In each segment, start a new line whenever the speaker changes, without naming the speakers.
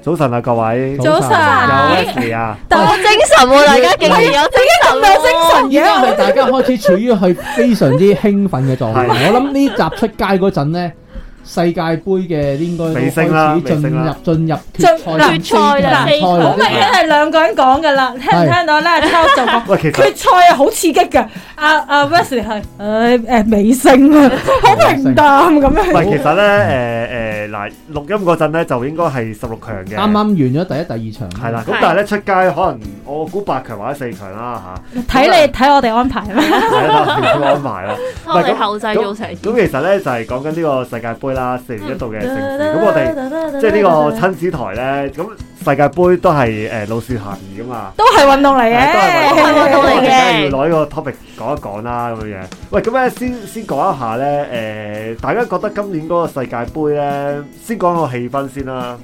早晨啊，各位，
哎
早晨
有 Wesley 啊，
但我精神喎，大家竟然有精神喎，
而家係大家開始處於去非常之興奮嘅狀態。我諗呢集出街嗰陣咧，世界盃嘅應該都
尾聲啦
開始進
尾聲
入
啦
進入決賽
進決賽啦
決賽
好
啦
明顯係兩個人講㗎啦，聽唔聽到咧？抄就講
喂，其實
決賽啊，好刺激㗎！阿阿 Wesley 係誒誒尾聲啊，好平淡咁樣。
喂，其實咧，誒誒嗱，錄音嗰陣咧就應該係十六強嘅，
啱
啊
啱完咗第一、第二場。
係啦。咁但係咧出街可能我估八強或者四強啦
睇你睇我哋安排啊啦。
嚇，係啦，睇下安排啦。
我哋後製做成嗯
咁其實咧就係講緊呢個世界盃啦，四年一度嘅盛事。咁我哋
哋
即係呢個親子台咧，咁世界盃都係誒老少咸宜噶嘛。
都係運動嚟嘅，
係
都係運動嚟嘅
梗係要攞呢個 topic 講一講啦，咁樣樣。喂，咁咧先先講一下咧，誒、大家覺得今年嗰個世界盃咧，先講個氣氛先啦。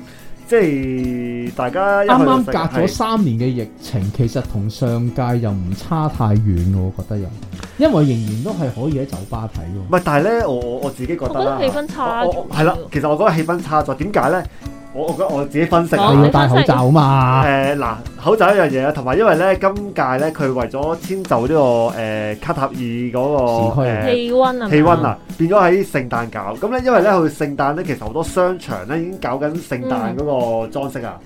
即係大家一去
啱
到世
啱
界
隔咗三年嘅疫情，其實同上屆又唔差太遠喎，我覺得又，因為仍然都係可以喺酒吧睇
唔
喎。
係，但係咧，我我我自己覺
我
得
覺
啦
得，氣氛差
我
咗
我係啦，其實我覺得氣氛差咗，點解咧？我我覺得我自己分析
哦
啊
係。要戴口罩啊嘛，
誒嗱、口罩一樣嘢啦，同埋因為咧今屆咧佢為咗遷就呢、個誒、卡塔爾嗰、個
時
誒
區
氣温啊，
氣温啊，變咗喺聖誕搞。咁咧，因為咧佢聖誕咧，其實好多商場咧已經搞緊聖誕嗰個裝飾啊。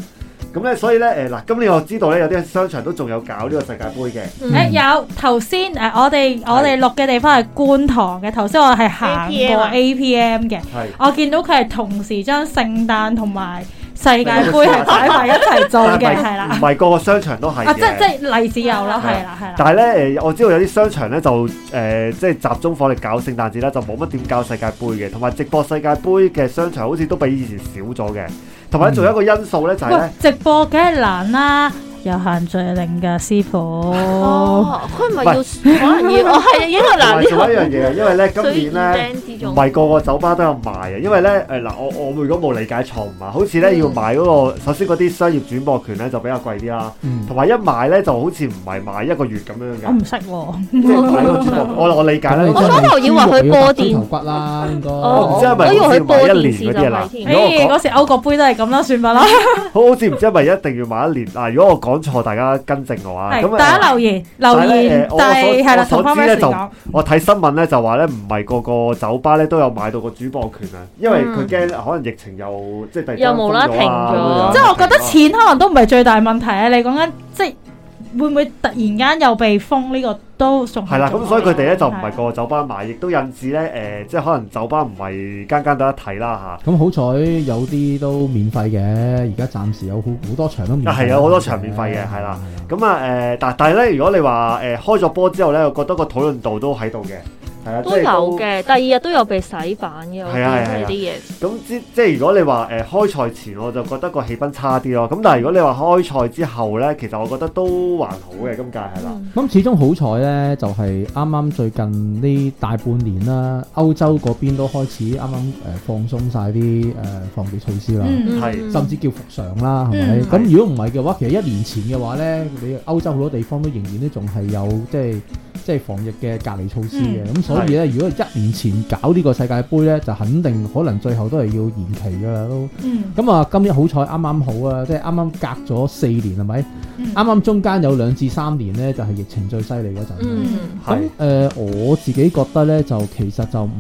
咁咧，所以咧誒嗱，今年我知道咧有啲商場都仲有搞呢個世界盃嘅，
嗯
誒有頭先誒我哋我哋錄嘅地方係觀塘嘅，頭先我係行
APM
過
啊
APM 嘅，
係
我見到佢係同時將聖誕同埋世界盃係擺埋一齊做
但
嘅，
係
係
唔
啦，
係個個商場都係
啊即
嘅。
即例子有啦，係啦係啦，
但係咧誒，我知道有啲商場咧就誒、即係集中火力搞聖誕節啦，就冇乜點搞世界盃嘅，同埋直播世界盃嘅商場好似都比以前少咗嘅。同埋呢仲有一個因素咧，就係、
喂
咧，
直播梗係難啦，有限聚令㗎師傅。
哦，佢唔係要可能要，我係英格
同
蘭
埋
呢
仲有一樣嘢，因為咧今
水
年咧。
魚釘之
唔
中，
係個個酒吧都有賣啊，因為咧
嗯
誒嗱，我我如果冇理解錯誤啊，好似咧要買嗰、個首先嗰啲商業轉播權咧就比較貴啲啦，
嗯
同埋一買咧就好似唔係買一個月咁樣
我
哦
嘅，
唔識喎，
即係買個轉 播。我我理解咧
我，初頭以為佢播
豬肉要
電
搭豬頭骨啦，應該。
我唔
哦
知係咪
我以為
好似
佢播
買一
電視
年嗰啲
就
啦
咪。
如
添
果我
誒
講
嗰時歐國杯都係咁啦，算吧啦，
好好似唔知係咪一定要買一年啊？如果我講錯，大家更正我啊。咁
係大家
誒，
留言
但
留
係咧
言
誒，我
但
所
係係啦，
我所
同翻
知
m a
咧
x
就
講。
我睇新聞咧就話咧唔係個個酒吧咧都有買到個主播權啊，因為佢驚可能疫情又即係突然間
又無啦
封咗啊咁樣
停咗
即係我覺得錢可能都唔係最大問題啊！你講緊即係會唔會突然間又被封呢個都仲啊
係啦，咁所以佢哋咧就唔係
個
個酒吧買，亦都引致咧誒，即係可能酒吧唔係間間都一睇啦
咁好彩有啲都免費嘅，而家暫時有好好多場都免費。
啊係有好多場免費嘅係啦。嚇。咁啊誒，但但係咧，如果你話誒開咗波之後咧，我覺得個討論度都喺度嘅，係啊，即
都
係
有。嘅，第二日都有被洗版嘅，我
係啊係啊
見佢啲嘢。
咁即即係如果你話誒開賽前，我就覺得個氣氛差啲咯。咁但係如果你話開賽之後咧，其實我覺得都還好嘅，今屆係啦。
嗯
咁始終好彩呢，就係啱啱最近呢大半年啦，歐洲嗰邊都開始啱啱誒放鬆晒啲誒防疫措施啦，
嗯
係
嗯
甚至叫復常啦，係咪？
嗯
咁、如果唔係嘅話，其實一年前嘅話呢，你歐洲好多地方都仍然都仲係有即係即係防疫嘅隔離措施嘅，咁、所以呢，如果一年前搞呢個世界盃呢，就肯定可能最後都係要延期㗎啦都。
嗯
咁啊，今年好彩啱啱好啊，即係啱啱隔咗四年係咪？
嗯
啱啱中間有兩至三年呢，就係、疫情最犀利嗰陣。
Ừ. 嗯，
咁誒
係、
呃我自己覺得呢，就其實就唔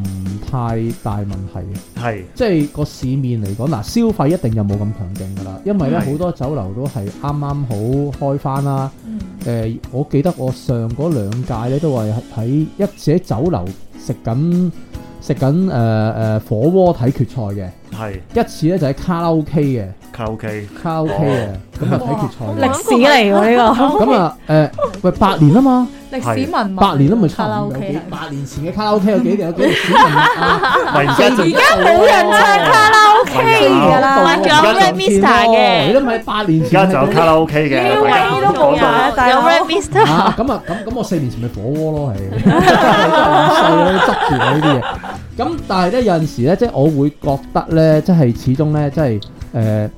太大問題嘅，
係
即係個市面嚟講，嗱消費一定又冇咁強勁㗎啦，因為呢，
係
好多酒樓都係啱啱好開翻啦。
嗯
誒、我記得我上嗰兩屆呢，都係喺一次喺酒樓食緊食緊誒誒火鍋睇決賽
係
嘅，一次呢就喺卡拉 OK 嘅。
卡拉 OK
卡拉 OK
哦
嘅，咁啊睇決賽
歷
嘅。
史嚟喎呢
咁啊誒，喂八年啊嘛，
個
係
歷史文物，
八年都咪
卡
差
拉
唔多有
OK
幾
係
八年前嘅卡拉 OK 有幾有幾歷史文物啊？
而家 仲
而家冇人唱卡拉
卡拉
OK 㗎
啦
同埋仲有 Red Mister
你
嘅
都，咪八年
而家
前
就有卡拉 OK 嘅，
呢位
大家
都冇
講到
啊大
有
佬
Red Mister，
啊咁啊咁咁，我四年前咪火鍋咯，係真係細咯，執住我呢啲嘢。咁但係咧有陣時咧，即係我會覺得咧，即係始終咧，即係誒，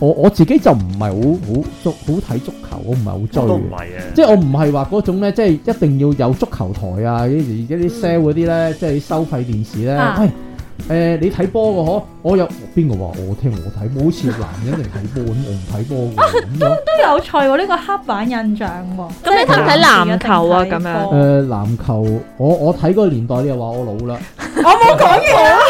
我我自己就唔係好好足好睇足球，我唔係好追
都
嘅
唔。係嘅，
即係我唔係話嗰種咧，即係一定要有足球台啊，一啲 sell 嗰啲咧，即係收費電視咧。
嗯啊
喂，誒你睇波嘅嗬，我有邊個話我聽我睇波，好似男人嚟睇波咁，我唔睇波嘅咁 樣。
都有趣喎，呢個黑板印象喎。
咁你睇唔睇籃球啊
即係男士一定睇
誒、
波
籃球，我我睇嗰個年代，你又話我老啦，
我冇講完啊，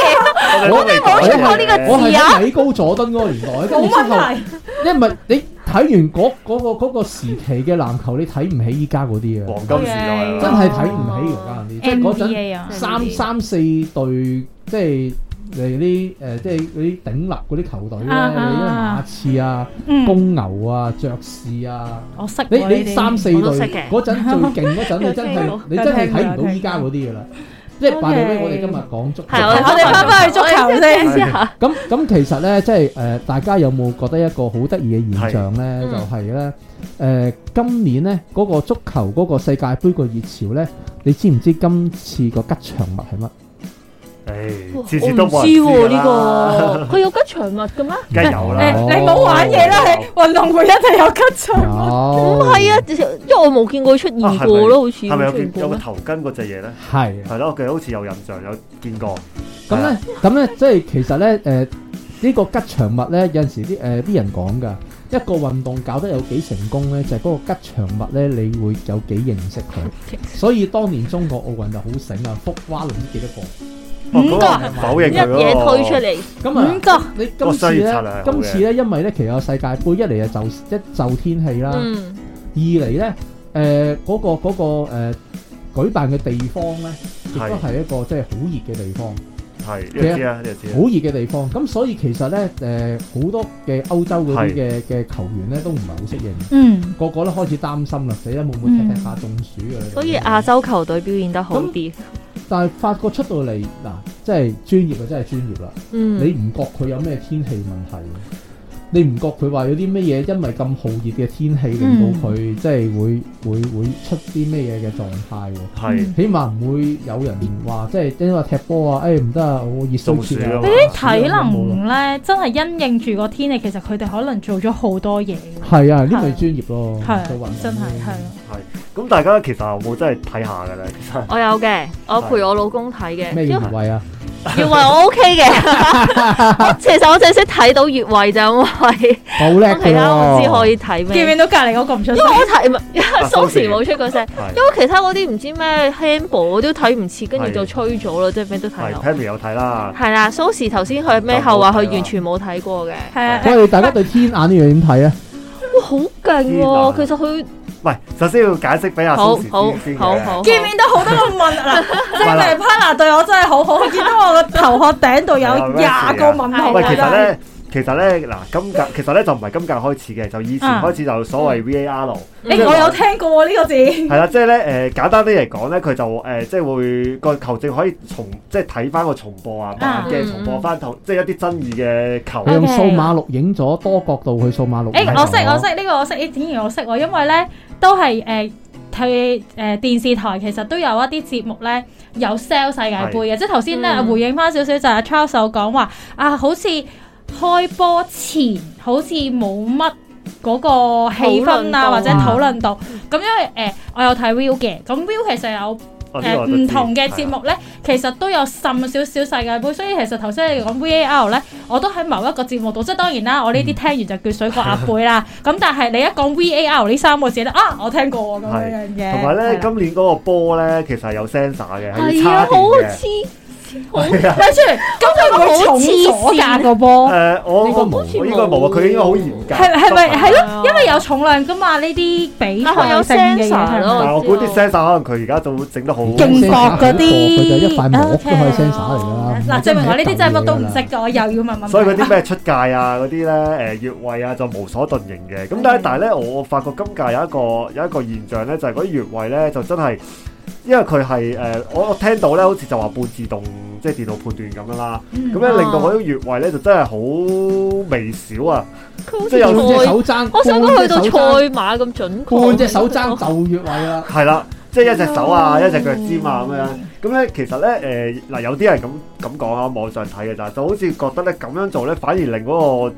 我哋
冇
講
出過呢個
我係
是啊
喺米高佐敦嗰個年代，跟住
冇
之後，
問題。
因為你睇完嗰、嗰個嗰個時期嘅籃球，你睇唔起依家嗰啲嘅，
黃金時代啦
真係睇唔起而家嗰啲，即係嗰陣。
NBA 啊，
三三四隊即係誒啲誒即係嗰啲頂立嗰啲球隊咧，
啊
你咩馬刺啊、
嗯，
公牛啊、爵士啊，
我識
你
喎
你
呢啲
三四
我都識
隊
嘅
嗰陣最勁嗰陣，你真
有聽
係
過
你真係睇唔到依家嗰啲噶啦。即係
OK
話你咩？我哋今日講足球。
係我
我哋翻返去足球先。
先
下。
咁咁其實咧，即係誒、呃大家有冇覺得一個好得意嘅現 ờ, 象咧？
係
就係咧，誒、今年咧嗰、個足球嗰個世界盃個熱潮咧，你知唔知今次個吉祥物係乜？
誒，次次都
我唔
冇
知
人
喎
㗎
呢
啦，
個，佢有吉祥物嘅咩？
梗係有
你
啦。
你冇玩嘢啦，你運動會一定有吉祥物。
唔
唔
係啊，因為我冇見過佢出現過咯，好似
哦啊係咪有
冇出現
件有個
過咩？
頭巾嗰隻嘢咧？
係啊
係咯，我記得好似有印象有見過。
咁咧，咁咧，即係其實咧，誒、呢、個吉祥物咧，有陣時啲誒啲人講噶，一個運動搞得有幾成功咧，就係、嗰個吉祥物咧，你會有幾認識佢。所以當年中國奧運就好醒啊，福娃唔知幾多
哦嗰個唔否認
一
佢嗰個
嘢推出嚟，
個。咁啊
嗯
五，個
你今次
個商業策略
咧
係，好嘅
今次咧，因為咧，其實有世界盃一嚟就就一就天氣
啊
啦，
嗯，
二嚟咧，誒、嗰、個嗰、個誒、舉辦嘅地方咧，亦都
係
係一個即係好熱嘅地方。
係呢個知啊，呢個知啊
好。熱嘅地方，咁所以其實咧，誒、好多嘅歐洲嗰啲嘅嘅球員咧都唔係好適應，
嗯，
個個都開始擔心啦，死啦會唔會踢踢下中暑嘅？
所以亞，洲球隊表現得好啲。
但係發覺出到嚟嗱，即係專業啊，真係專業啦，你
嗯，
唔覺佢有咩天氣問題？啊你唔覺佢話有啲咩嘢，因為咁酷熱嘅天氣令到佢、即係會會會出啲咩嘢嘅狀態喎？
係
起碼唔會有人話即係因為踢波啊，誒唔得啊，我熱衰
中暑
竭啊
啊嘛
你
你
啲
冇
體
啦
能咧，真係因應住個天氣，其實佢哋可能做咗好多嘢。
係啊，呢咪專業咯，做運動咯
係，真係係。
係。咁大家其實有冇真係睇下嘅咧？其實
我有嘅，我陪我老公睇嘅，
咩
因
越
為
位啊？
越位我 OK 嘅。我其實我淨係識睇到越位就因為
好叻
其
㗎
他我唔知可
喎！
以睇
見唔
咩。
見到隔離嗰個唔出
因為
聲？
我睇唔 係，
啊收
當
視
時冇出過聲。
係
因為其他嗰啲唔知咩 handball 我都睇唔切，跟住
係
就吹咗啦，即係咩都睇
係啊
唔
Pammy 有睇啦，
係啦，蘇時頭先佢咩後話佢完全冇睇過嘅，
係啊，
我哋大家對天眼呢樣點睇 啊？
哇好勁喎！其實佢
唔係首先要解釋俾阿
好
Sosze
好
知先
好
嘅。
好，
見面都好多個問啦，證明 partner 對我真係好好，見到我個頭殼頂度有廿個問號
喂，其實
啦。
咧，其實咧嗱，今屆其實咧就唔係今屆開始嘅，就以前
啊
開始就所謂 VAR
誒，我有聽過喎呢個字。
係啦，即係咧誒簡單啲嚟講咧，佢就誒、即係會個球證可以重即係睇翻個重播啊，慢鏡重播翻頭，即係一啲爭議嘅球
佢。用
Okay
數碼錄影咗多角度去數碼錄
誒、
影。
我識我。識呢、個我識，咦顯然我識喎，因為咧都係誒睇誒電視台其實都有一啲節目咧有 sell 世界盃嘅，即係頭先咧
嗯
回應翻少少就係阿 Charles 有講話啊，好似開波前好似冇乜。嗰個氣氛啊，或
討論度
者討論度，咁因為誒、我有睇 Will 嘅，咁 Will 其實有
哦呢個
誒
我都知啊
唔同嘅節目咧，其實都有滲少少世界盃，所以其實頭先你講 VAR 咧，我都喺某一個節目度，即係當然啦，我呢
嗯
啲聽完就叫水過鴨 背啦。咁但係你一講 VAR 呢三個字咧，啊，我聽過喎咁樣樣嘅。
同埋
係
咧，
啦
今年嗰個波咧，其實係有 sensor 嘅，係要
係
插
啊，好
電嘅。
黐好
係啊，
喂，雖然咁佢會唔會重咗㗎個波，
誒，我
應該冇
我我應該冇啊，佢應該好嚴格。
係係咪係
咯？
咯？因為有重量㗎嘛，呢啲比
但係
賽
啊有
性嘅嘢
sensor
係咪
咯
但係我啊估啲 sensor 可能佢而家就整得好
勁覺嗰啲
佢就一塊膜都可以 sensor 嚟㗎啦。
啊
嗱，證明我呢啲真係乜都唔識
係
㗎，我又要問問題。
所以嗰啲咩出界啊，嗰啲咧誒越位啊，就無所遁形嘅。咁但係但係咧，我發覺今屆有一個有一個現象咧，就係嗰啲越位咧，就真係因為佢係誒，我我聽到咧，好似就話半自動即係電腦判斷咁樣啦。
嗯
咁咧令到
啊
嗰啲越位咧就真係好微小啊，
佢好
即係有
半隻
似賽，
手踭，
我想講去到
半隻
賽
手踭
馬咁準確，
半隻 手踭就越位啦。
係啦。即係一隻手啊，一隻腳尖啊咁樣，咁咧其實咧誒嗱有啲人咁咁講啊，網上睇嘅咋，就好似覺得咧咁樣做咧，反而令嗰個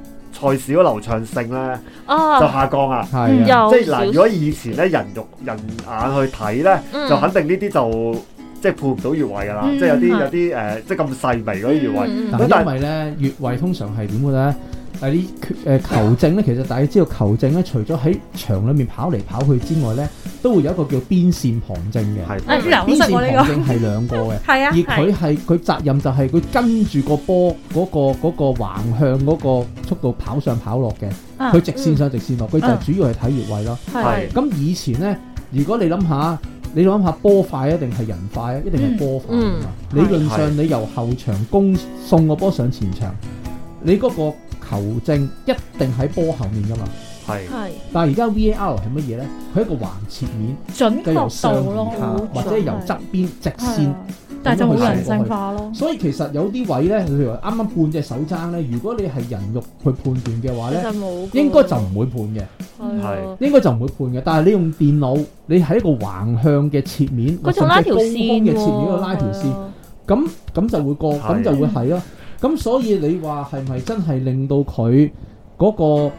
賽事嗰個流暢性咧就
啊，
下降啊。
係
嗯
啊，
有
即係嗱，
少
如果以前咧人肉人眼去睇咧，
嗯
就肯定呢啲就即係配唔到越位㗎啦，
嗯
即係有啲
係
有啲誒，即係咁細微嗰啲越位。
嗯嗯
咁
但係因為咧越位通常係點嘅咧？係啲誒球證咧，其實大家知道球證咧，除咗喺場裏面跑嚟跑去之外咧，都會有一個叫邊線旁證嘅。
係
哎
係
呀好
邊
識
線
喎呢
旁證係兩個 嘅。
係啊，
而
係
佢係佢責任就係佢跟住個波嗰、個嗰、個橫向嗰個速度跑上跑落嘅，
啊
佢、直線上直線落，佢、就係主要係睇越位咯。
係
咁、以前呢，如果你諗下，你諗下波快一定係人快啊，一定係波快啊嘛。
嗯嗯
理論上你由後場攻送個波上前場，你嗰個球證一定喺波後面噶嘛。
係
係
但係而家 VAR 係乜嘢呢？佢係一個橫切面，
準
即係由
確
上
度咯
而，下
冇錯
或者由側邊直線
係。啊但係就好人性化咯。
所以其實有啲位咧，譬如話啱啱半隻手踭咧，如果你係人肉去判斷嘅話
其
咧，
實冇㗎喎，
應該就唔會判嘅，
係啊
應該就唔會判嘅。但係你用電腦，你喺一個橫向嘅切面，
佢仲
甚
拉
至
條
高空
線喎，
嘅切面嗰度拉條
係
線，
啊
咁咁就會過，
係
咁就會係咯。咁所以你話係咪真係令到佢嗰個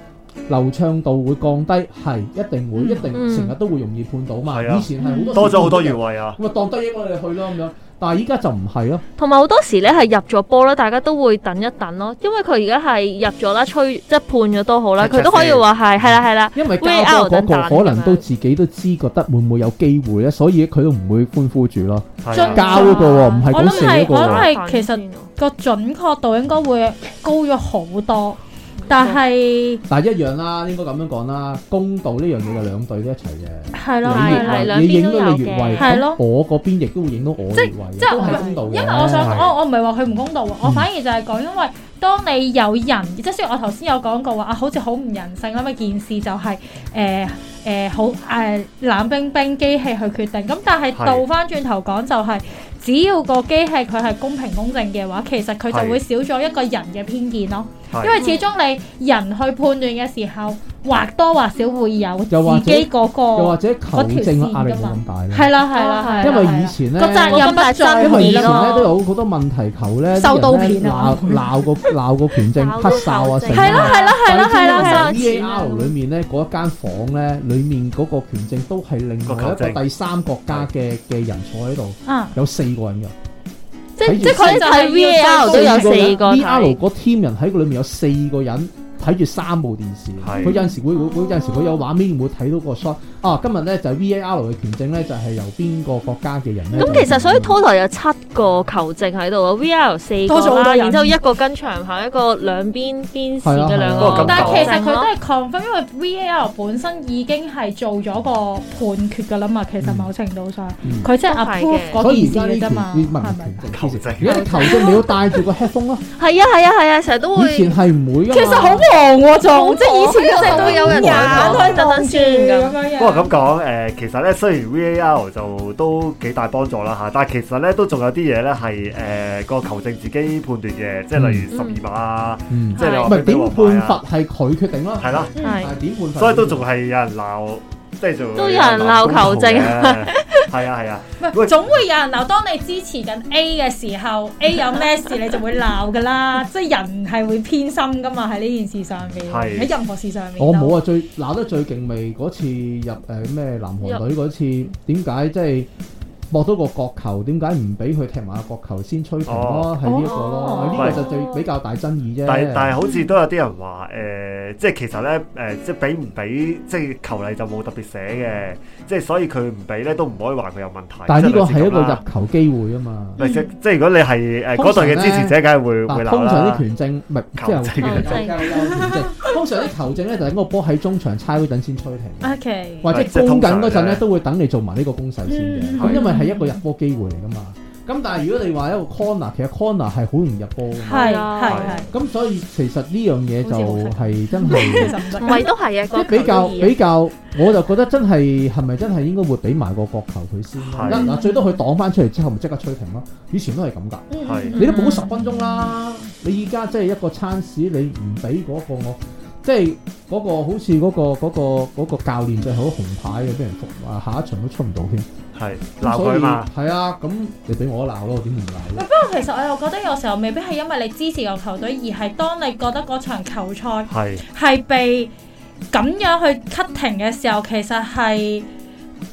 流暢度會降低？係一定會，
嗯
一定
嗯
成日都會容易判到嘛。
係啊
以前係好多
多咗好多
時
越
間
位啊！
咁啊當低應該你去咯咁樣，但係依家就唔係咯。
同埋好多時咧係入咗波啦，大家都會等一等咯，因為佢而家係入咗啦，吹即係判咗都好啦，
踢踢
佢都可以話係係啦係啦，
因為交波嗰個可能都自己都知覺得會唔會有機會咧，所以佢都唔會歡呼住咯。
係
將
啊，
交嗰個喎，唔係講射嗰個
我諗
喎。
係其實個準確度應該會高咗好多，但係
但係一樣啦，應該咁樣講啦，公道呢樣嘢就兩隊都一齊嘅。
係咯
係
係啊
係
啦。
你越位，你
兩邊
影
都
到
有
你越位，
嘅
係咯
咁我嗰邊亦都會影到我越位，
即係
都係公道嘅。
因為我想
係
我我唔係話佢唔公道喎，我反而就係講，因為當你有人，即係雖然我頭先有講過話啊，好似好唔人性啦，咪件事就係誒誒好誒冷冰冰機器去決定，咁但係
係
倒翻轉頭講就係、只要個機器佢係公平公正嘅話，其實佢就會少咗一個人嘅偏見咯。
係啊
因為始終你人去判斷嘅時候，或多或少會有
又或者
自己嗰、
又或
個
者球證嘅壓力冇咁大咧，
係啦係啦係啦，
因為以前咧
個。責任不在
因為以前
咯。
咧都有好多問題球咧，
收刀片
鬧
啊
鬧 個鬧個權證黑哨啊，成
係
啊
啦
係啦係啦係啦係啦係啦。
啦係啦
VAR 裏面咧嗰一間房咧，裏面嗰個權證都係另外一
個球
個
證
第三國家嘅嘅人坐喺度，
啊
有四個人㗎。
即
睇
即
住
佢睇 VAR 都有四個
VR
睇，
嗰 team 人喺個裏面有四個人睇住三部電視，
係
佢有陣時會會會有陣時佢有畫面會睇到個 shot 啊！今日咧就係 VAR 嘅權證咧就係由邊個國家嘅人咧？
咁其實所以 total 有七個球證喺度啊，VAR 四
多咗
個
好
啦，
多人
然之後一個跟場下，一個兩邊邊線
係啊
嘅兩
係啊不
個
過咁講
但係其實佢都
球證咯
係 confirm，因為 VAR 本身已經係做咗個判決㗎啦嘛。其實某程度上，
嗯
佢即係
都係
approve
嘅
所
嗰
以
件
而家呢
事嘅啫
權
嘛，
呢唔
係
係
咪？
權
球
證，
證
而家啲球證你要戴住個 headphone 咯，
係啊係啊係啊，成日都
以
會
前。係唔會㗎嘛。
其實好黃喎，
好
仲即係以前
黃
一直都
有
有人
人
眼去
等等先咁
咁
不過
樣
咁講誒，其實咧雖然 VAR 就都幾大幫助啦嚇，但係其實咧都仲有啲嘢咧係誒個球證自己判斷嘅，
嗯
即係例如十二碼啊，
嗯，
即係你
唔
話
係
俾
點
邊
判
個買啊？
罰係佢決定咯，
係啦，
但係點判罰，
所以都仲係有人鬧，即係仲
都有人鬧球證
嘅，係啊係 啊，
樣，唔係總會有人鬧。當你支持緊 A 嘅時候，A 有咩事你就會鬧㗎啦。 即係人係會偏心㗎嘛，喺呢件事上面，
係
喺任何事上面都。
我冇啊，最鬧得最勁咪嗰次入誒咩、南韓隊嗰次，點解即係搏到個角球，點解唔俾佢踢埋個角球先吹停咯
哦？
係呢一個咯，
哦
呢個就最比較大爭議啫。
但係但係好似都有啲人話誒、即係其實咧誒、即係俾唔俾，即係球例就冇特別寫嘅，即係所以佢唔俾咧都唔可以話佢有問題。
但係呢個係一個
即類似咁啦
入球機會啊嘛。
咪即即係如果你係誒嗰隊嘅支持者，梗係會會鬧
嗱，啊通常
啦
啲。權證唔係即係
球
證
權證，通常啲球證咧就等個波喺中場差嗰陣先吹停。
OK。
或者攻緊嗰陣咧，都會等你做埋呢個攻勢先嘅。
嗯
咁因為係一個入波機會嚟噶嘛。咁但係如果你話一個 corner，其實 corner 係好容易入波㗎嘛。
係
係啊
係係。
咁所以其實呢樣嘢就係真
其
係
實唔
唔
得。
係都係啊，
即
個
係比較
球都易啊
比較，我就覺得真係係咪真係應該會俾埋個角球佢先啦？
係
嗱，最多佢擋翻出嚟之後，咪即刻吹停咯。以前都係咁㗎，
嗯
係
你都補十分鐘啦。你而家即係一個 chance，你唔俾嗰個我，即係嗰個好似嗰、個嗰、個嗰、個教練最後紅牌嘅，俾人服話下一場都出唔到添。
係
咁
鬧
所
佢
以
嘛，
係啊，咁你俾我鬧咯，我點唔鬧咧？
不過其實我又覺得有時候未必係因為你支持個球隊，而係當你覺得嗰場球賽
係
係被咁樣去 cutting 嘅時候，其實係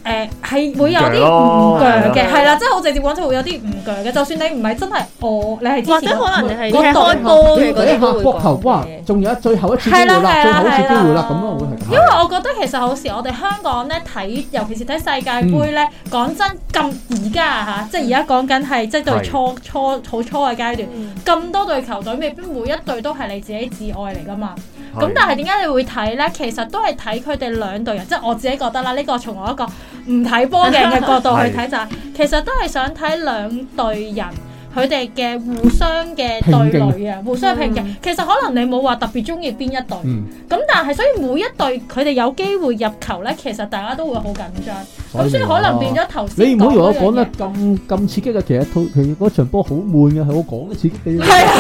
誒係會有啲
唔鋸咯
唔鋸嘅，
係咯啊
係啦，即係好直接講就會有啲唔鋸嘅。就算你唔係真係餓，你係
或
之
者
前
可能你
嗰
係踢
度
開波嘅嗰
你
啲都
下
會
膊頭
講
哇
嘅，
仲有最後一次機會
係啦
啦，
係啦
最後一次機會啦，
係
咁
啦
樣我會係
因為我覺得其實好時我哋香港咧睇，尤其是睇世界盃咧，
嗯
講真咁而家嚇，即係而家講緊係即係對
係
初初好初嘅階段，
嗯
咁多隊球隊未必每一隊都係你自己至愛嚟噶嘛。咁
係
但係點解你會睇呢？其實都係睇佢哋兩隊人，即係我自己覺得啦。呢、個從我一個唔睇波嘅人嘅角度去睇就係，其實都係想睇兩隊人。佢哋嘅互相嘅對壘啊，互相拼勁。
嗯
其實可能你冇話特別中意邊一隊，咁、
嗯，
但係所以每一隊佢哋有機會入球呢，其實大家都會好緊張。咁所以可能變咗頭先
哎你唔好以為我講
講嗰樣
得
嘢
咁咁刺激嘅，其實套佢嗰場波好悶嘅，係我講得刺激啲。
係啊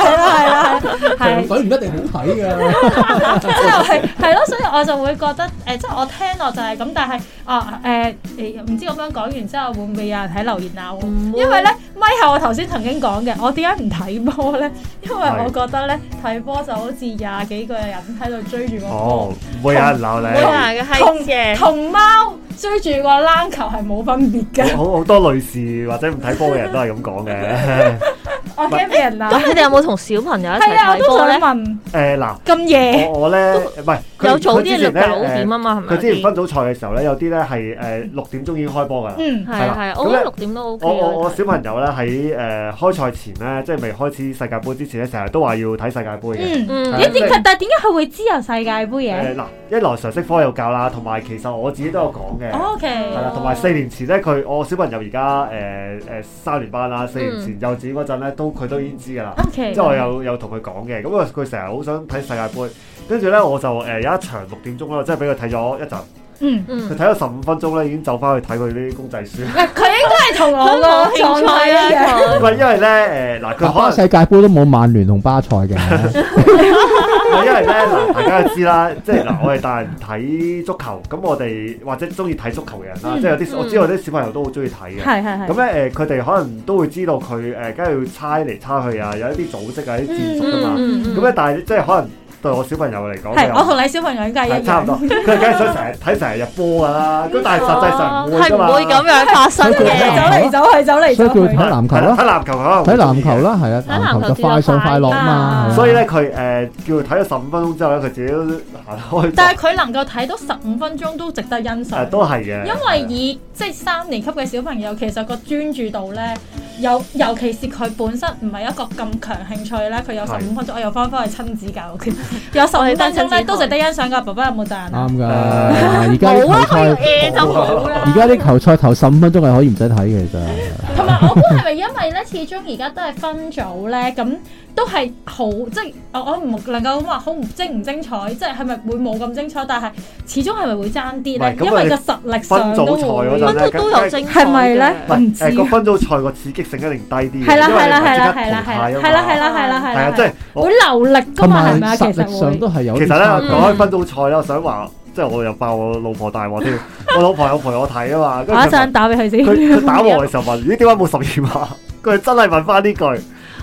係啊係啊係啊係啊係啊
場水唔一定好睇㗎。
即係係咯，所以我就會覺得誒、即係我聽落就係咁，但係啊誒誒，唔知咁樣講完之後會唔會有人喺留言鬧我？
唔會
因為咧，咪係我頭先曾經講嘅，我點解唔睇波咧？因為
係
我覺得咧，睇波就好似廿幾個人喺度追住個波，
哦，會有人鬧
冇
你，
人嘅閪嘅，
同貓追住個冷球係冇分別嘅，
好好多女士或者唔睇波嘅人都係咁講嘅。
我驚俾人鬧。
咁你哋有冇同小朋友一齊
係啊，我
睇
都
波
想
咧？
問
誒嗱，
咁夜，
我我咧唔係佢
有早
佢之
啲
前
六
咧
九
誒
點啊嘛，係咪
佢
有
之前
啲？
分組賽嘅時候咧，有啲咧係誒六點鐘已經開波㗎啦。
嗯
係
係啦
係，
咁
我覺得
咧
六點都 O K
我我我小朋友咧喺誒開賽前咧，即係未開始世界盃之前咧，成日都話要睇世界盃嘅。
嗯，
嗯
係
咦？點解？但係點解佢會知有世界盃嘅
誒嗱，一來常識科有教啦，同埋其實我自己都有講嘅。
？O K，
係啦，同埋四年前咧，佢我小朋友而家誒誒三年
嗯
班啦，四年前幼稚園嗰陣咧，都佢都已經知㗎啦。
O K，
即係我有有同佢講嘅，咁啊佢成日好想睇世界盃，跟住咧我就誒、有一場六點鐘啦，即係俾佢睇咗一陣，
嗯。
佢
嗯，
睇咗十五分鐘咧，已經走翻去睇佢啲公仔 書。
嗱，佢應該係同我
香港
個
興
狀
趣
態一
啊，
樣。
佢
唔係因為咧誒嗱，
哦
佢可
巴世界盃都冇曼聯同巴塞嘅，
能係因為咧嗱，大家都知啦，即係嗱，我哋大人睇足球，咁我哋或者中意睇足球嘅人啦，
嗯
即係有啲
嗯
我知道有啲小朋友都好中意睇嘅。
係係係。
咁咧誒，佢哋可能都會知道佢誒，梗係要猜嚟猜去啊，有一啲組織啊，有啲戰術㗎
嗯
嘛。
嗯嗯
咁咧，但係即係可能對我小朋友嚟講，佢
係，
又
我同你小朋友應該係
係
一
差唔
樣。
多，佢梗係想成日睇成日入波㗎啦。咁但係實際上唔會
係
㗎
唔
嘛。
會咁樣發生
所以
走
佢
嘅。
係
嚟走去，走嚟
所以
走
叫
去
佢。睇籃球
係啦
啦，
睇籃球可能
睇籃球。啦，係啊，
睇籃
籃
球
球就快上快落啊
知道快
嘛。
所以咧，佢誒叫佢睇咗十五分鐘之後咧，佢自己都行開
但
咗。
係佢能夠睇到十五分鐘都值得欣
誒
賞。
都係嘅，
因為以即係三年級嘅小朋友，其實個專注度咧，尤尤其是佢本身唔係一個咁強興趣咧，佢有十五分鐘，我又翻返去親子教育圈，有十五分鐘咧都值得欣賞㗎。爸爸有冇贊啊？
啱㗎，
誒
而家啲
冇啊，
球
佢
賽，
誒就冇啦。
而家啲球賽頭十五分鐘係可以唔使睇嘅，其實。
同埋我估係咪因為咧，始終而家都係分組咧，咁都係好即係我我唔能夠咁話好唔精唔精彩，即係係咪會冇咁精彩？但係始終係咪會爭
唔係
啲咧？
咁
因為個實力上都
分
會
組賽嗰陣
乜
呢
都都有精彩
係咪咧
唔係
唔知
誒個分組賽個刺激性一定低啲嘅，
係啦係啦係啦
因為
係
你
啦
唔係即刻淘汰啊嘛
係啦係啦係啦係啦係
係啊，
啦，
即係我
會流力噶
同
嘛
埋
係咪啊？其
實
實
力上
會
都係有
其
啲
實咧
差距。
講開分組賽咧，我想話即係我又爆我老婆大鑊添， 我老婆有陪我睇啊嘛，跟
我一
住
陣
佢
打俾佢先。
問佢佢打我嘅時候問：咦點解冇十二碼？佢真係問翻呢句。
啊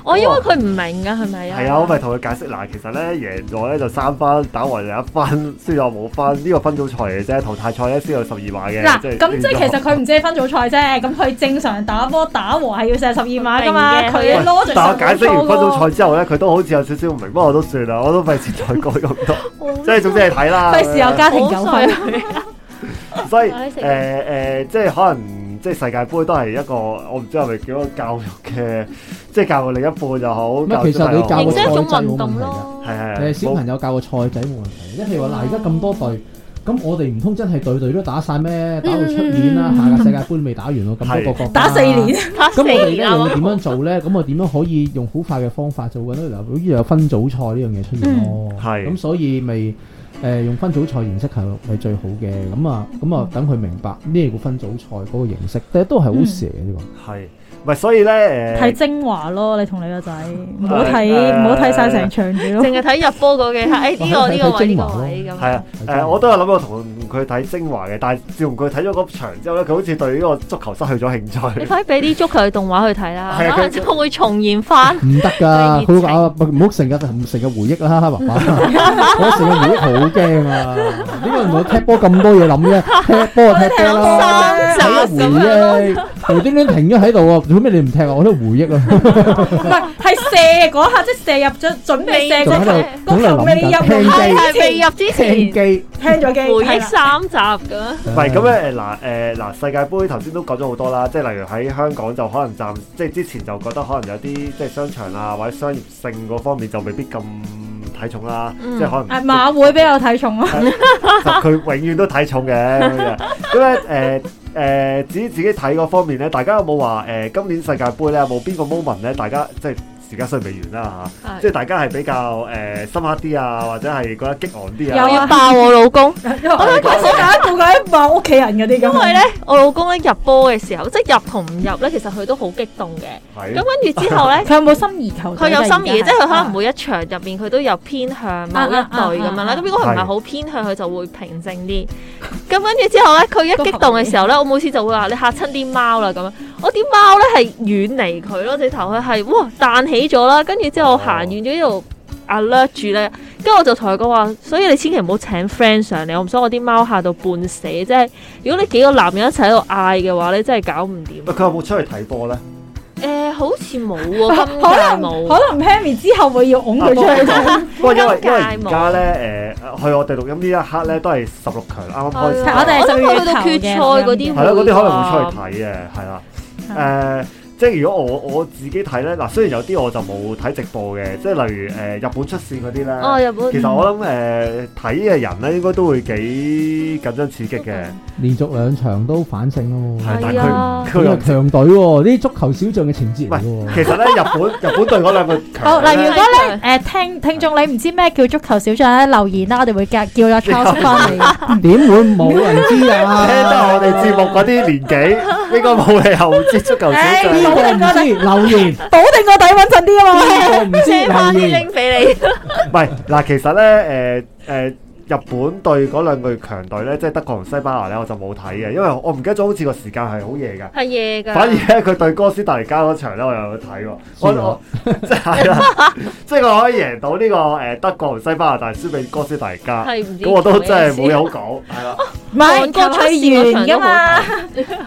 我因為佢唔明㗎，係咪啊？
係啊，我咪同佢解釋嗱，其實咧贏咗咧就三分，打和就一分，輸咗冇分，呢個分組賽嚟啫，淘汰賽咧先有十二碼嘅。
嗱，
係
咁即係其實佢唔止係分組賽啫，咁佢正常打波打和係要射十二碼噶嘛，
明嘅
佢
喂
攞住
但我解釋完分
組
組賽之後咧，佢都好似有少少唔明，不過我都算啦，我都費事再講咁 多，即係總之係睇啦。
費事有家庭糾
好
紛
衰。
所以
我
誒
喺食
誒，即係可能即係世界盃都係一個，我唔知係咪叫一個教育嘅，即係教育另一半又好。
咁其實你教
形
個
成
賽
一
制
種
冇
運
問
動
題㗎。
咯。
係係
誒小朋友教個賽仔冇問題，即係譬
哦
如話嗱，而家咁多隊，咁我哋唔通真係隊隊都打晒
嗯
咩？打到出年啦，下個世界盃未打完喎， 咁多個國家
打四年。啊
打死
咁我哋咧
而
又
家
會點樣做咧？咁我點樣可以用好快嘅方法做緊咧？嗱，好似有分組賽呢樣嘢出現咯，
嗯係
咁所以咪誒、用分組賽形式係係最好嘅。咁啊咁
嗯
啊，等佢明白咩叫分組賽嗰個形式，但係都係好蛇嘅呢個。
係，唔係所以呃咧誒，
睇精華咯，你同你個仔唔好睇，
誒
唔好睇晒成場住咯。
淨係睇入波嗰幾下，誒呢個呢個位呢個位咁。
係啊誒，我都有諗過同同佢睇精華嘅，但係自從佢睇咗嗰場之後咧，佢好似對呢個足球失去咗興
你
趣。
快啲俾啲足球嘅動畫去睇啦，
係啊
可
佢
能就會重現 翻。
唔得噶，佢
對熱情
話啊唔好成日唔成日回憶啦，爸爸。 我成日回憶好驚啊！呢個原來踢波咁多嘢諗啫，踢波就踢波啦，
我哋踢
睇
到
回憶，無端端停咗喺度啊！做咩你唔踢啊？我喺度回憶啊，
唔係係射嗰下，即係射入咗，準備射
仲
嗰
喺
下，
度仲
個
喺
球
度
未
諗
入
緊
龍
係
門
係
之
未
前
入之
聽
前
機。
聽咗
回
機，係啦
憶三集咁。
唔係咁咧，誒嗱誒嗱，世界盃頭先都講咗好多啦，即係例如喺香港就可能暫即係之前就覺得可能有啲即係商場啊或者商業性嗰方面就未必咁睇重啦，
嗯
即係可能
啊馬會比較睇重啊，
就佢永遠都睇重嘅咁樣咁咧誒誒，至於自己睇嗰方面咧，大家有冇話誒今年世界盃咧有冇邊個 moment 咧？大家即係時間雖然未完啦嚇，
係
即係大家係比較誒、深刻啲啊，或者係覺得激昂啲
有
啊。
啊
要爆 我老公，
因為我想解顧緊話屋企人嗰啲咁，
因為咧我老公咧入波嘅時候，即係入同唔入咧，其實佢都好激動嘅。
係
咁跟住之後咧。
佢有冇心儀球
佢
隊㗎？
有心儀，
而
即
家
係佢可能每一場入邊佢都有偏向某一隊咁樣
啊啊啊啊
啦。咁如果佢唔係好偏向，佢就會平靜啲。咁跟住之後咧，佢一激動嘅時候咧，我每次就會話你嚇親啲貓啦咁樣。我啲貓咧係遠離佢咯，直頭佢係哇彈起咗啦，跟住之後行遠咗呢度 alert 住咧，跟住我就同佢講話，所以你千祈唔好請 friend 上嚟，我唔想我啲貓嚇到半死。即係如果你幾個男人一齊喺度嗌嘅話咧，真係搞唔掂。
喂佢有冇出去睇波咧？
誒、好似冇喎， 今屆
可能
冇。
可能 Pammy 之後會要拱佢出去睇
不過因為因為
今屆
而家咧誒，去我哋錄音呢一刻咧都係十六強啱啱開始，
係啊我哋係
諗佢去到
12
決賽嗰啲
係咯，嗰啲可能會
睇。
出去睇嘅，係啦。誒、
嗯
即係如果我我自己睇咧，嗱，雖然有啲我就冇睇直播嘅，即係例如誒、日本出線嗰啲咧，
哦，日本
其實我諗誒睇嘅人咧應該都會幾緊張刺激嘅，
連續兩場都反勝咯
係
喎，
但
係啊
佢佢
佢
又
又強隊喎，呢啲足球小將嘅情節嚟嘅
其
喎。
實咧日本日本隊嗰兩個
好
強
哦
嗱，如
咧，
果咧誒聽聽眾你唔知咩叫足球小將咧，留言啦，我哋會叫叫阿 Charles 翻嚟。
點會冇人知
聽
啊？
得我哋節目嗰啲年紀，應該冇理由唔知足球小
哎
邊
將。
個唔知留言？
保定個底穩陣啲啊嘛！
邊個唔 知
借翻
留
啲
言？
拎俾你，
唔係嗱，其實咧誒誒。日本對嗰兩隊強隊咧，即係德國同西班牙咧，我就冇睇嘅，因為我唔記得咗，好似個時間係好夜 㗎。
係嘢㗎。
反而啊咧，佢對哥斯達黎加嗰場咧，我又有睇 喎。我
輸咗
我即係啦，即係佢可以贏到呢個誒德國同西班牙，但係輸俾哥斯達黎加。
係唔知
咁我都真係冇嘢好 講。係啦，
唔係球係圓㗎嘛，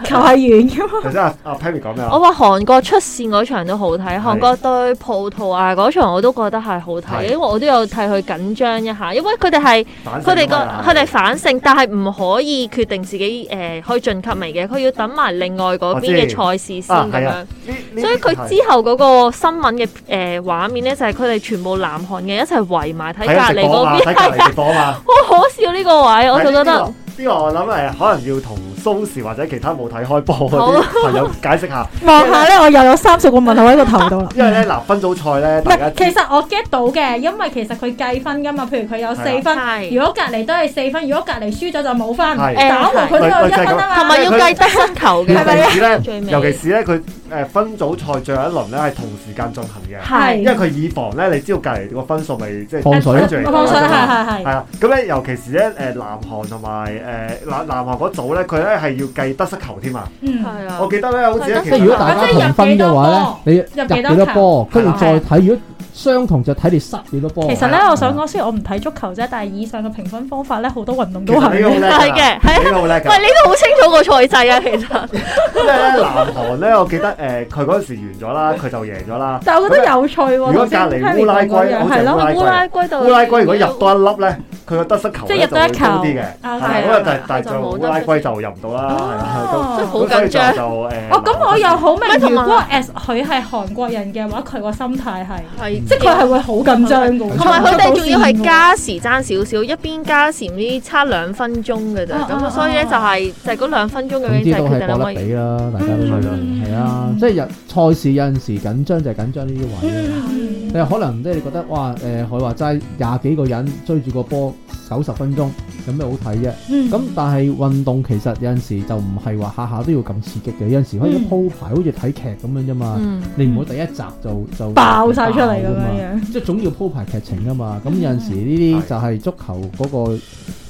球係圓㗎嘛。
頭先阿阿 Pammy 講咩啊
我？話韓國出線嗰場都好睇，韓國對葡萄牙嗰場我都覺得係好
係
睇，因為我都有替佢緊張一下，因為佢哋係
反
佢哋個
勝啊
佢哋反勝，但係唔可以決定自己誒、呃可以晉級未嘅，佢要等埋另外嗰
我知
邊嘅賽事先
啊
咁
係
樣
啊。，呢呢
所以佢之後嗰個新聞嘅誒畫面咧，就係佢哋全部南韓嘅一齊圍埋睇
係啊
隔
直
離
播
嗰
嘛，
邊，
睇隔離
係
直播啊嘛。
好可笑呢個位，我就覺
係呢
得
呢個呢個我諗誒，可能要同蘇氏或者其他冇睇開波
好
嗰啲朋友解釋下，
望下咧，我又有三十個問號喺個頭度啦。
因為
嗯
咧嗱分組賽咧，
唔
大家
係，
知
其實我 get 到嘅，因為其實佢計分㗎嘛。譬如佢有四分，
係
如果隔離都係四分，如果隔離輸咗就冇分，
係
打和佢都有一分啊
同
嘛
埋。要計得失球
尤
嘅，
咪啊
其是
最
咧，
尾
尤其是咧佢誒分組賽最後一輪咧係同時間進行嘅。因為
係啊
佢以防咧，你知道隔離個分數咪即係
放水
跟住嚟
放水係係
係
係。
啊，咁咧尤其是咧誒南韓同埋誒南南韓嗰組咧，佢咧係要計得失球添啊！
嗯，
係啊
我，記得咧，好似
係
咧
得
其
即
實
係如果
啊
大家同分嘅話咧，你
入
入
幾多球
幾多波，跟住再睇。如果相同就睇你失幾多
哦
波。啊
其實咧，
啊
我想講雖然我唔睇足球啫，但係以上嘅評分方法咧，好多運動
其
都
實
係
你好叻
係嘅係啊
你好叻
喂，
㗎。
你都好清楚個賽制啊，其 實
因為咧南韓咧，我記得誒佢嗰陣時完咗啦，佢就贏咗啦。啊
但係我覺得有趣喎。
如果隔離烏拉圭好似
係
係
咯，
烏
烏拉
拉圭就
圭，烏拉圭如果入多一粒咧，佢個得失球
即係
咧
入多一球
就會高啲嘅，
啊
係啦
係
咁啊，但
啊
但
就
就
冇
烏
得
拉
出
圭就入唔到啦，係啦，咁
哦
真係好
咁所以
緊張
就就誒。
哦，咁我又好明，
喂同
如
埋
果 as 佢係韓國人嘅話，佢個心態係，
係
即係佢係會好緊張嘅喎。
同埋佢哋仲要係加時爭少少，一邊加時唔知差兩分鐘嘅咋，
啊啊
咁所以咧就係就係嗰兩分鐘咁
總
樣
之
就
都
係決
係
定可
覺
唔可
得
以
比啦，大家都係啦，
嗯
係啊，即係有賽事有陣時緊張就係緊張呢啲位啊。
嗯，
你可能即係你覺得哇誒，佢話齋廿幾個人追住個波九十分鐘，有咩好睇 啫？
嗯
咁但係運動其實有陣時就唔係話下下都要咁刺激嘅，有陣時可以
嗯
鋪排好似睇劇咁樣啫嘛。
嗯。
你唔好第一集就就
爆晒出嚟咁嗯
爆㗎嘛
樣樣。
即係總要鋪排劇情啊嘛。咁有陣時呢啲就係足球嗰個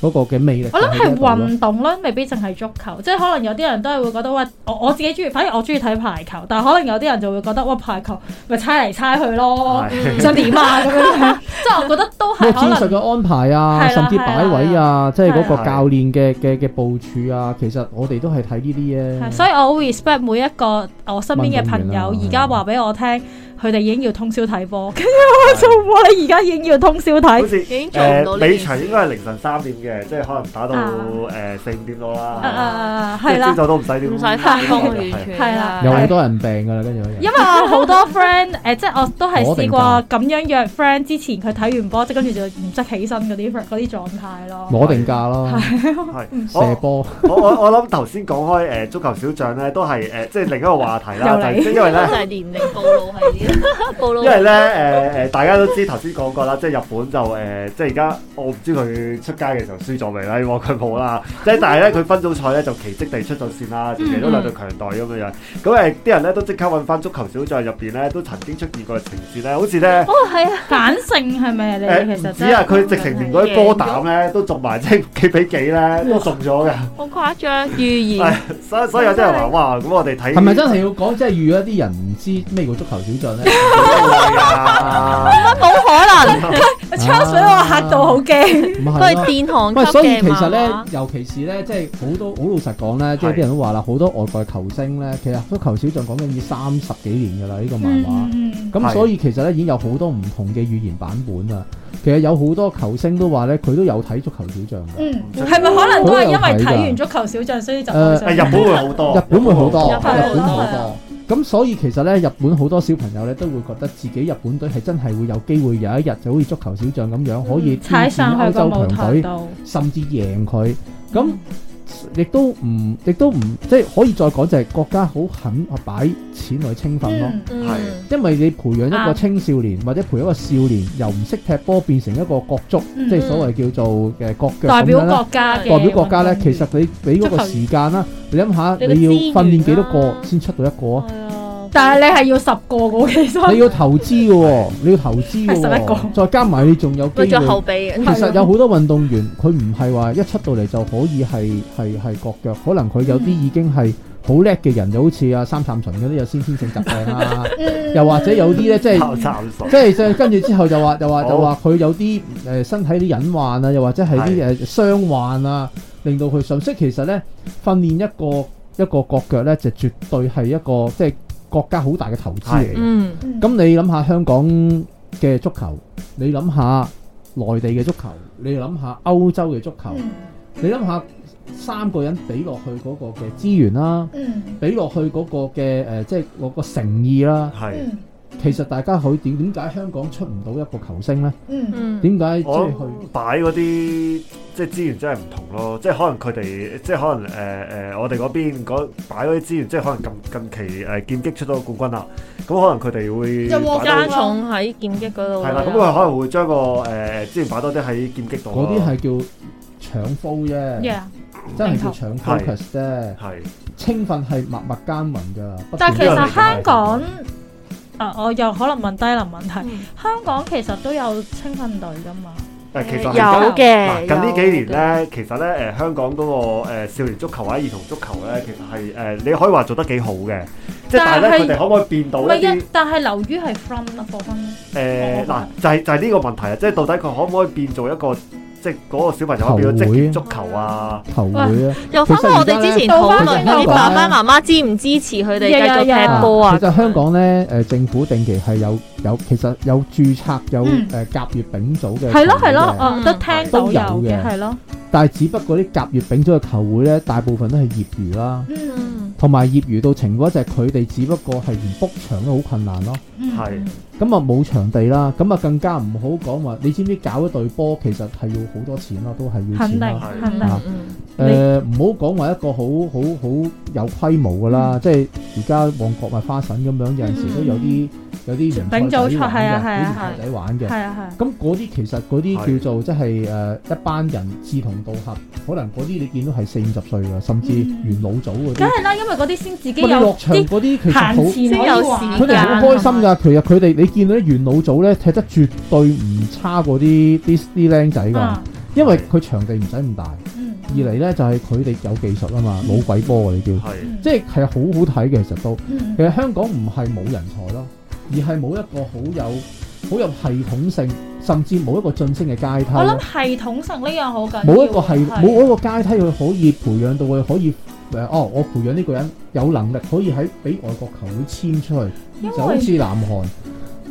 嗰個嘅魅力就
我
喺呢
諗
一度咯。
係運動咯，未必淨係足球，即係可能有啲人都係會覺得哇，我我自己中意，反而我中意睇排球，但係可能有啲人就會覺得哇，排球咪猜嚟猜去咯，
嗯
想點啊咁 樣，即係我覺得都
咩
係可
戰術
能
嘅安排啊，
係啦
甚至擺位
係
啊，即係嗰個
係啦
教練嘅嘅嘅部署啊，其實我哋都係睇呢啲
係，
嘢。
所以我好 respect 每一個我身邊嘅朋
運動
友，
員啊
而家話俾我聽，佢哋已經要通宵睇 波，跟住我就哇，你而家已經要通宵睇
好。似
已經做唔到
誒
呢
比
件事
場應該係凌晨三點嘅，即係可能打到
啊
誒四五點到
啊啊
啦，
啊！
即係
係啦
朝，早都唔使點，
唔使翻工完
係
全
係啊啦
有
係
好多人病㗎啦，跟住嗰日
因為我 好多 friend 誒、即係我都係
我定
試過咁樣約 friend 之前佢睇完波，即係跟住就唔識起身嗰啲嗰啲狀態咯。
攞定價咯，
係
射波
我我我諗頭先講開誒足球小將咧，都係誒即係另一個話題啦，就
又嚟
係即係因為咧
就。係年齡暴露係啲暴 露
因。為咧誒誒，大家都知頭先講過啦，即 係日本就誒、即係而家我唔知佢出街嘅時候輸咗未啦，希望佢冇啦。 即係但係咧，佢分組賽咧就奇蹟地出咗線啦，其都兩隊強隊咁樣樣。咁誒啲人咧都即刻揾翻足球小將入邊咧，都曾經出現過嘅情節咧，好似咧
哦，係啊，
反性係咪你
誒
其實
唔止
真係
啊，佢直情連嗰啲波膽咧都中埋，即係幾比幾咧都中咗嘅。
好誇張，預
係
言。
所以所以有啲人話哇，咁我哋睇
係咪真係要講即係遇一啲人唔知咩叫足球小將 咧？
係啊？
冇可能，
Charles 俾我嚇到好驚，
唔係
佢
咯
係殿堂級
喂，所以
嘅
其實
漫
咧
畫，。
尤其是咧，即係好多好老實講咧，即係
係
啲人都話啦，好多外國嘅球星咧，其實足球小將講緊已經三十幾年㗎啦，呢個漫畫。
嗯
咁
係
所以其實咧已經有好多唔同嘅語言版本啦。其實有好多球星都話咧，佢都有睇足球小將嘅。
嗯，係咪可能都係因為睇完足球小將，所以就愛
誒
上
日本會好多，
日本會好多，
日
日
本會
本
好多
好多。咁所以其實咧，日本好多小朋友咧都會覺得自己日本隊係真係會有機會有一日就好似足球小將咁樣，可以
嗯踩上去
挑戰
個
歐
舞
洲強
台
隊，
度？
甚至贏佢。咁亦都唔，亦都唔，即係可以再講就係國家好肯啊擺錢去青訓咯。
嗯啊
嗯
係
因為你培養一個
啱
青少年或者培養一個少年，由唔識踢波變成一個國足，
嗯
即係所謂叫做嘅國腳
代
咁
表
樣啦。
國家嘅
代表國家咧，其實
運動員
你俾嗰個時間啦，你諗下
你個
你要
啊
訓練幾多
資源
個
啦
先出到一個啊？
但係你係要十個嘅，其實
你要投資嘅喎，你要投資嘅
嗯係11個
喎，再加埋你仲有機
咪仲有後
會。
備嘅，
其實有好多運動員，佢唔係話一出到嚟就可以係係係國腳，可能佢有啲已經係好叻嘅人，就好似阿三杉純嗰啲有先天性疾病啊，又或者有啲咧即係。
靠 慘數
即。係即係跟住之後就話就話
嗯好
就話佢有啲誒、呃身體啲隱患啊，又或者係啲誒傷患啊，令到佢上。即係其實咧，訓練一個一個國腳咧，就絕對係一個即係國家好大嘅投資嚟嘅。
嗯，
咁
咁、你諗下香港嘅足球，你諗下內地嘅足球，你諗下歐洲嘅足球，你諗下三個人俾落去嗰個嘅資源啦，
嗯
俾落去嗰個嘅誒、呃即係嗰個誠意啦。
係，
嗯
其實大家可以點點解香港出唔到一個球星呢？
嗯
嗯，
點解即
我
係
諗
去
擺嗰啲即係資源真係唔同咯，即係可能佢哋即係可能誒誒、呃呃我哋嗰邊嗰擺嗰啲資源，即係可能近近期誒、呃、劍擊出到個冠軍啦，咁可能佢哋會
就獲
擺多
加
獎
重喺劍擊嗰度。
係啦，咁啊佢可能會將個誒、呃、資源擺多啲喺劍擊度咯。
嗰啲係叫搶 f 啫，
，yeah。
真係叫搶 focus 啫。
係
青訓係默默耕耘㗎，
但係其
不斷
實
都係
香港，啊，我又可能問低能問題。
嗯
香港其實都有青訓隊噶嘛，
誒，其實
有
而家嗱
嘅，
近呢幾年
有嘅，
咧，其實咧誒、呃香港嗰、個、呃、少年足球或者兒童足球咧，其實係誒、呃你可以話做得幾好嘅，即係但係
但係
咧佢哋可唔可以變到
唔
一啲
係？啊，但係流於係 from 啊，課分
誒呃嗱，就係就係呢個問題啊！即係到底佢可唔可以變做一個即係嗰個小朋友變咗職業足球啊？
球會啊。
又翻返我哋之前討論嗰啲爸爸媽媽支唔支持佢哋繼續踢波啊？
其實香港呢，誒政府定期係有有其實有註冊有
嗯
誒甲乙丙組嘅，
係咯係咯，啊
嗯
我都聽到
都有
有
嘅
嘅，係咯，
但係只不過啲甲乙丙組嘅球會呢，大部分都係業餘啦，
嗯
嗯，
同埋業餘到情況就係佢哋只不過係連 book 場都好困難咯。
嗯
係
咁啊冇場地啦，咁啊更加唔好講話。你知唔知搞一隊波其實係要好多錢咯，都係要
肯
錢
定
啦。
係
肯定，
嗯嗯
誒呃唔好講話一個好好好有規模噶啦，
嗯
即係而家旺角咪花神咁樣，有陣時都有啲有啲聯賽
丙組
仔
賽係啊係
玩嘅，
啊
啲聯賽仔玩嘅。
係啊
咁嗰啲其實
係
嗰啲叫做即係誒一班人志同道合，可能嗰啲你見到係四五十歲㗎，甚至
嗯
元老組嗰
係，梗
啲。
係啦，因為嗰啲先自
喂
己
你落
有
場
啲
嗰啲其實
閒
好。
錢可以玩
佢哋好開心
㗎，
㗎，其實佢哋你見到啲元老組咧踢得絕對唔差過啲啲啲僆仔㗎，
啊
因為佢場地唔使咁大，
嗯
二嚟咧就係佢哋有技術啊嘛，老鬼波啊你叫，
係
即係係好好睇嘅其實都。
嗯
其實香港唔係冇人才咯，而係冇一個好有好有系統性，甚至冇一個晉升嘅階梯
我諗
咯。
系統性呢樣好緊要，
冇一個係
係
冇一個階梯，佢可以培養到佢可以誒哦，我培養呢個人有能力，可以喺俾外國球會簽出去，
因
就
為
好似南韓。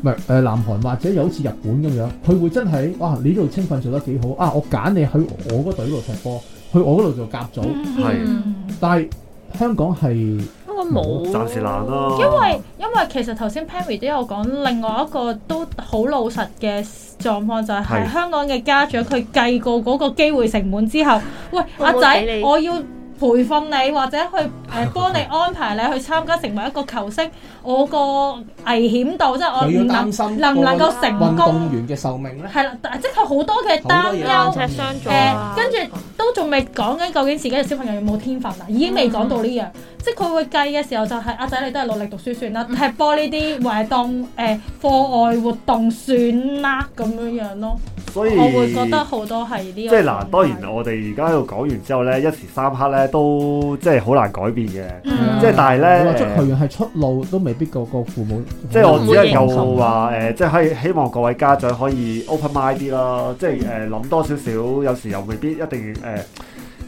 唔係誒南韓或者又好似日本咁樣，佢會真係哇！你呢度青訓做得幾好啊！我揀你去我嗰隊嗰度踢波，去我嗰度做甲組。
係
嗯
但係香港係
香港冇，
暫時難
哦
咯
因為因為其實頭先 Pammy 都有講，另外一個都好老實嘅狀況就係、
係
香港嘅家長佢計過嗰個機會成本 之後，喂
我
阿
冇俾
仔
你，
我要培訓你或者去誒、呃、 幫你安排你去參加成為一個球星，我個危險度即係我
又要
唔
擔
能
心
能唔能
個
夠成
運動
功，
員嘅壽命咧，
係啦，但即係好多嘅
好
擔
多嘢
憂
擔。
赤相咗
誒
啊，
跟住都仲未講緊究竟自己嘅小朋友有冇天分啊，已經未講到呢樣，即係佢會計嘅時候就係、阿仔你都係努力讀書算啦，踢波呢啲或係當誒、呃、課外活動算啦咁樣樣咯，
所以
我會覺得好多係呢
即
個
係
狀態。
嗱，當然我哋而家喺度講完之後咧，一時三刻咧都即係好難改變嘅。
嗯
即係但係咧
你話足球員係出路都未必個個父母，
即係我只能
都
夠
唔會
話誒，即係可以希望各位家長可以 open mind 啲啦，即係誒諗多少少，有時又未必一定誒、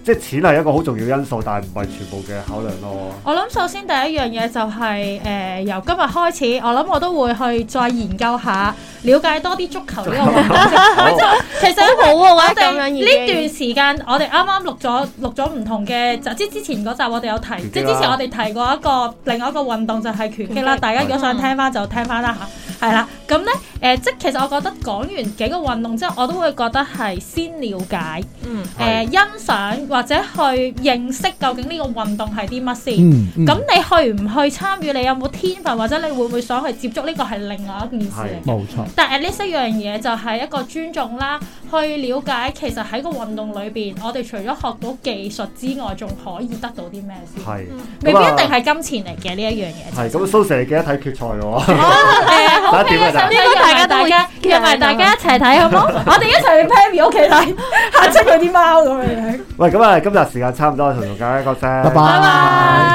即係錢係一個好重要因素，但係唔係全部嘅考量 咯。
我諗首先第一樣嘢就係、呃由今日開始，我諗我都會去再研究下，了解多啲足球呢個運 動 先。
好
其實
好好啊，
我
或者咁
哋
樣已經
呢段時間，我哋啱啱錄咗錄咗唔同嘅，就之之前嗰集我哋有提，
拳擊啦
即係之前我哋提過一個另外一個運動就係拳擊啦。
拳擊
大家如果想聽翻就聽翻啦嚇，係啦。咁咧誒，即係其實我覺得講完幾個運動之後，我都會覺得係先了解
嗯
誒、欣賞或者去認識究竟呢個運動係啲乜先。
嗯，嗯
咁你去唔去參與？你有冇天分，或者你會唔會想去接觸呢個係另外一件事嚟
係
嘅
冇錯，
但 at least 一樣嘢就係一個尊重啦，去了解其實喺個運動裏邊，我哋除咗學到技術之外，仲可以得到啲咩先？
係
未必
咁啊
一定係金錢嚟嘅呢一樣
係
嘢。
咁，蘇 Sir 你記得睇決賽喎。
誒， 好
大家點啊大家
呢個大家大家約埋大家一齊睇好唔好？我哋一齊去 Pammy 屋企睇，嚇親佢啲貓咁樣樣。
喂，咁啊，今日時間差唔多，同大家講聲，
拜拜
拜拜。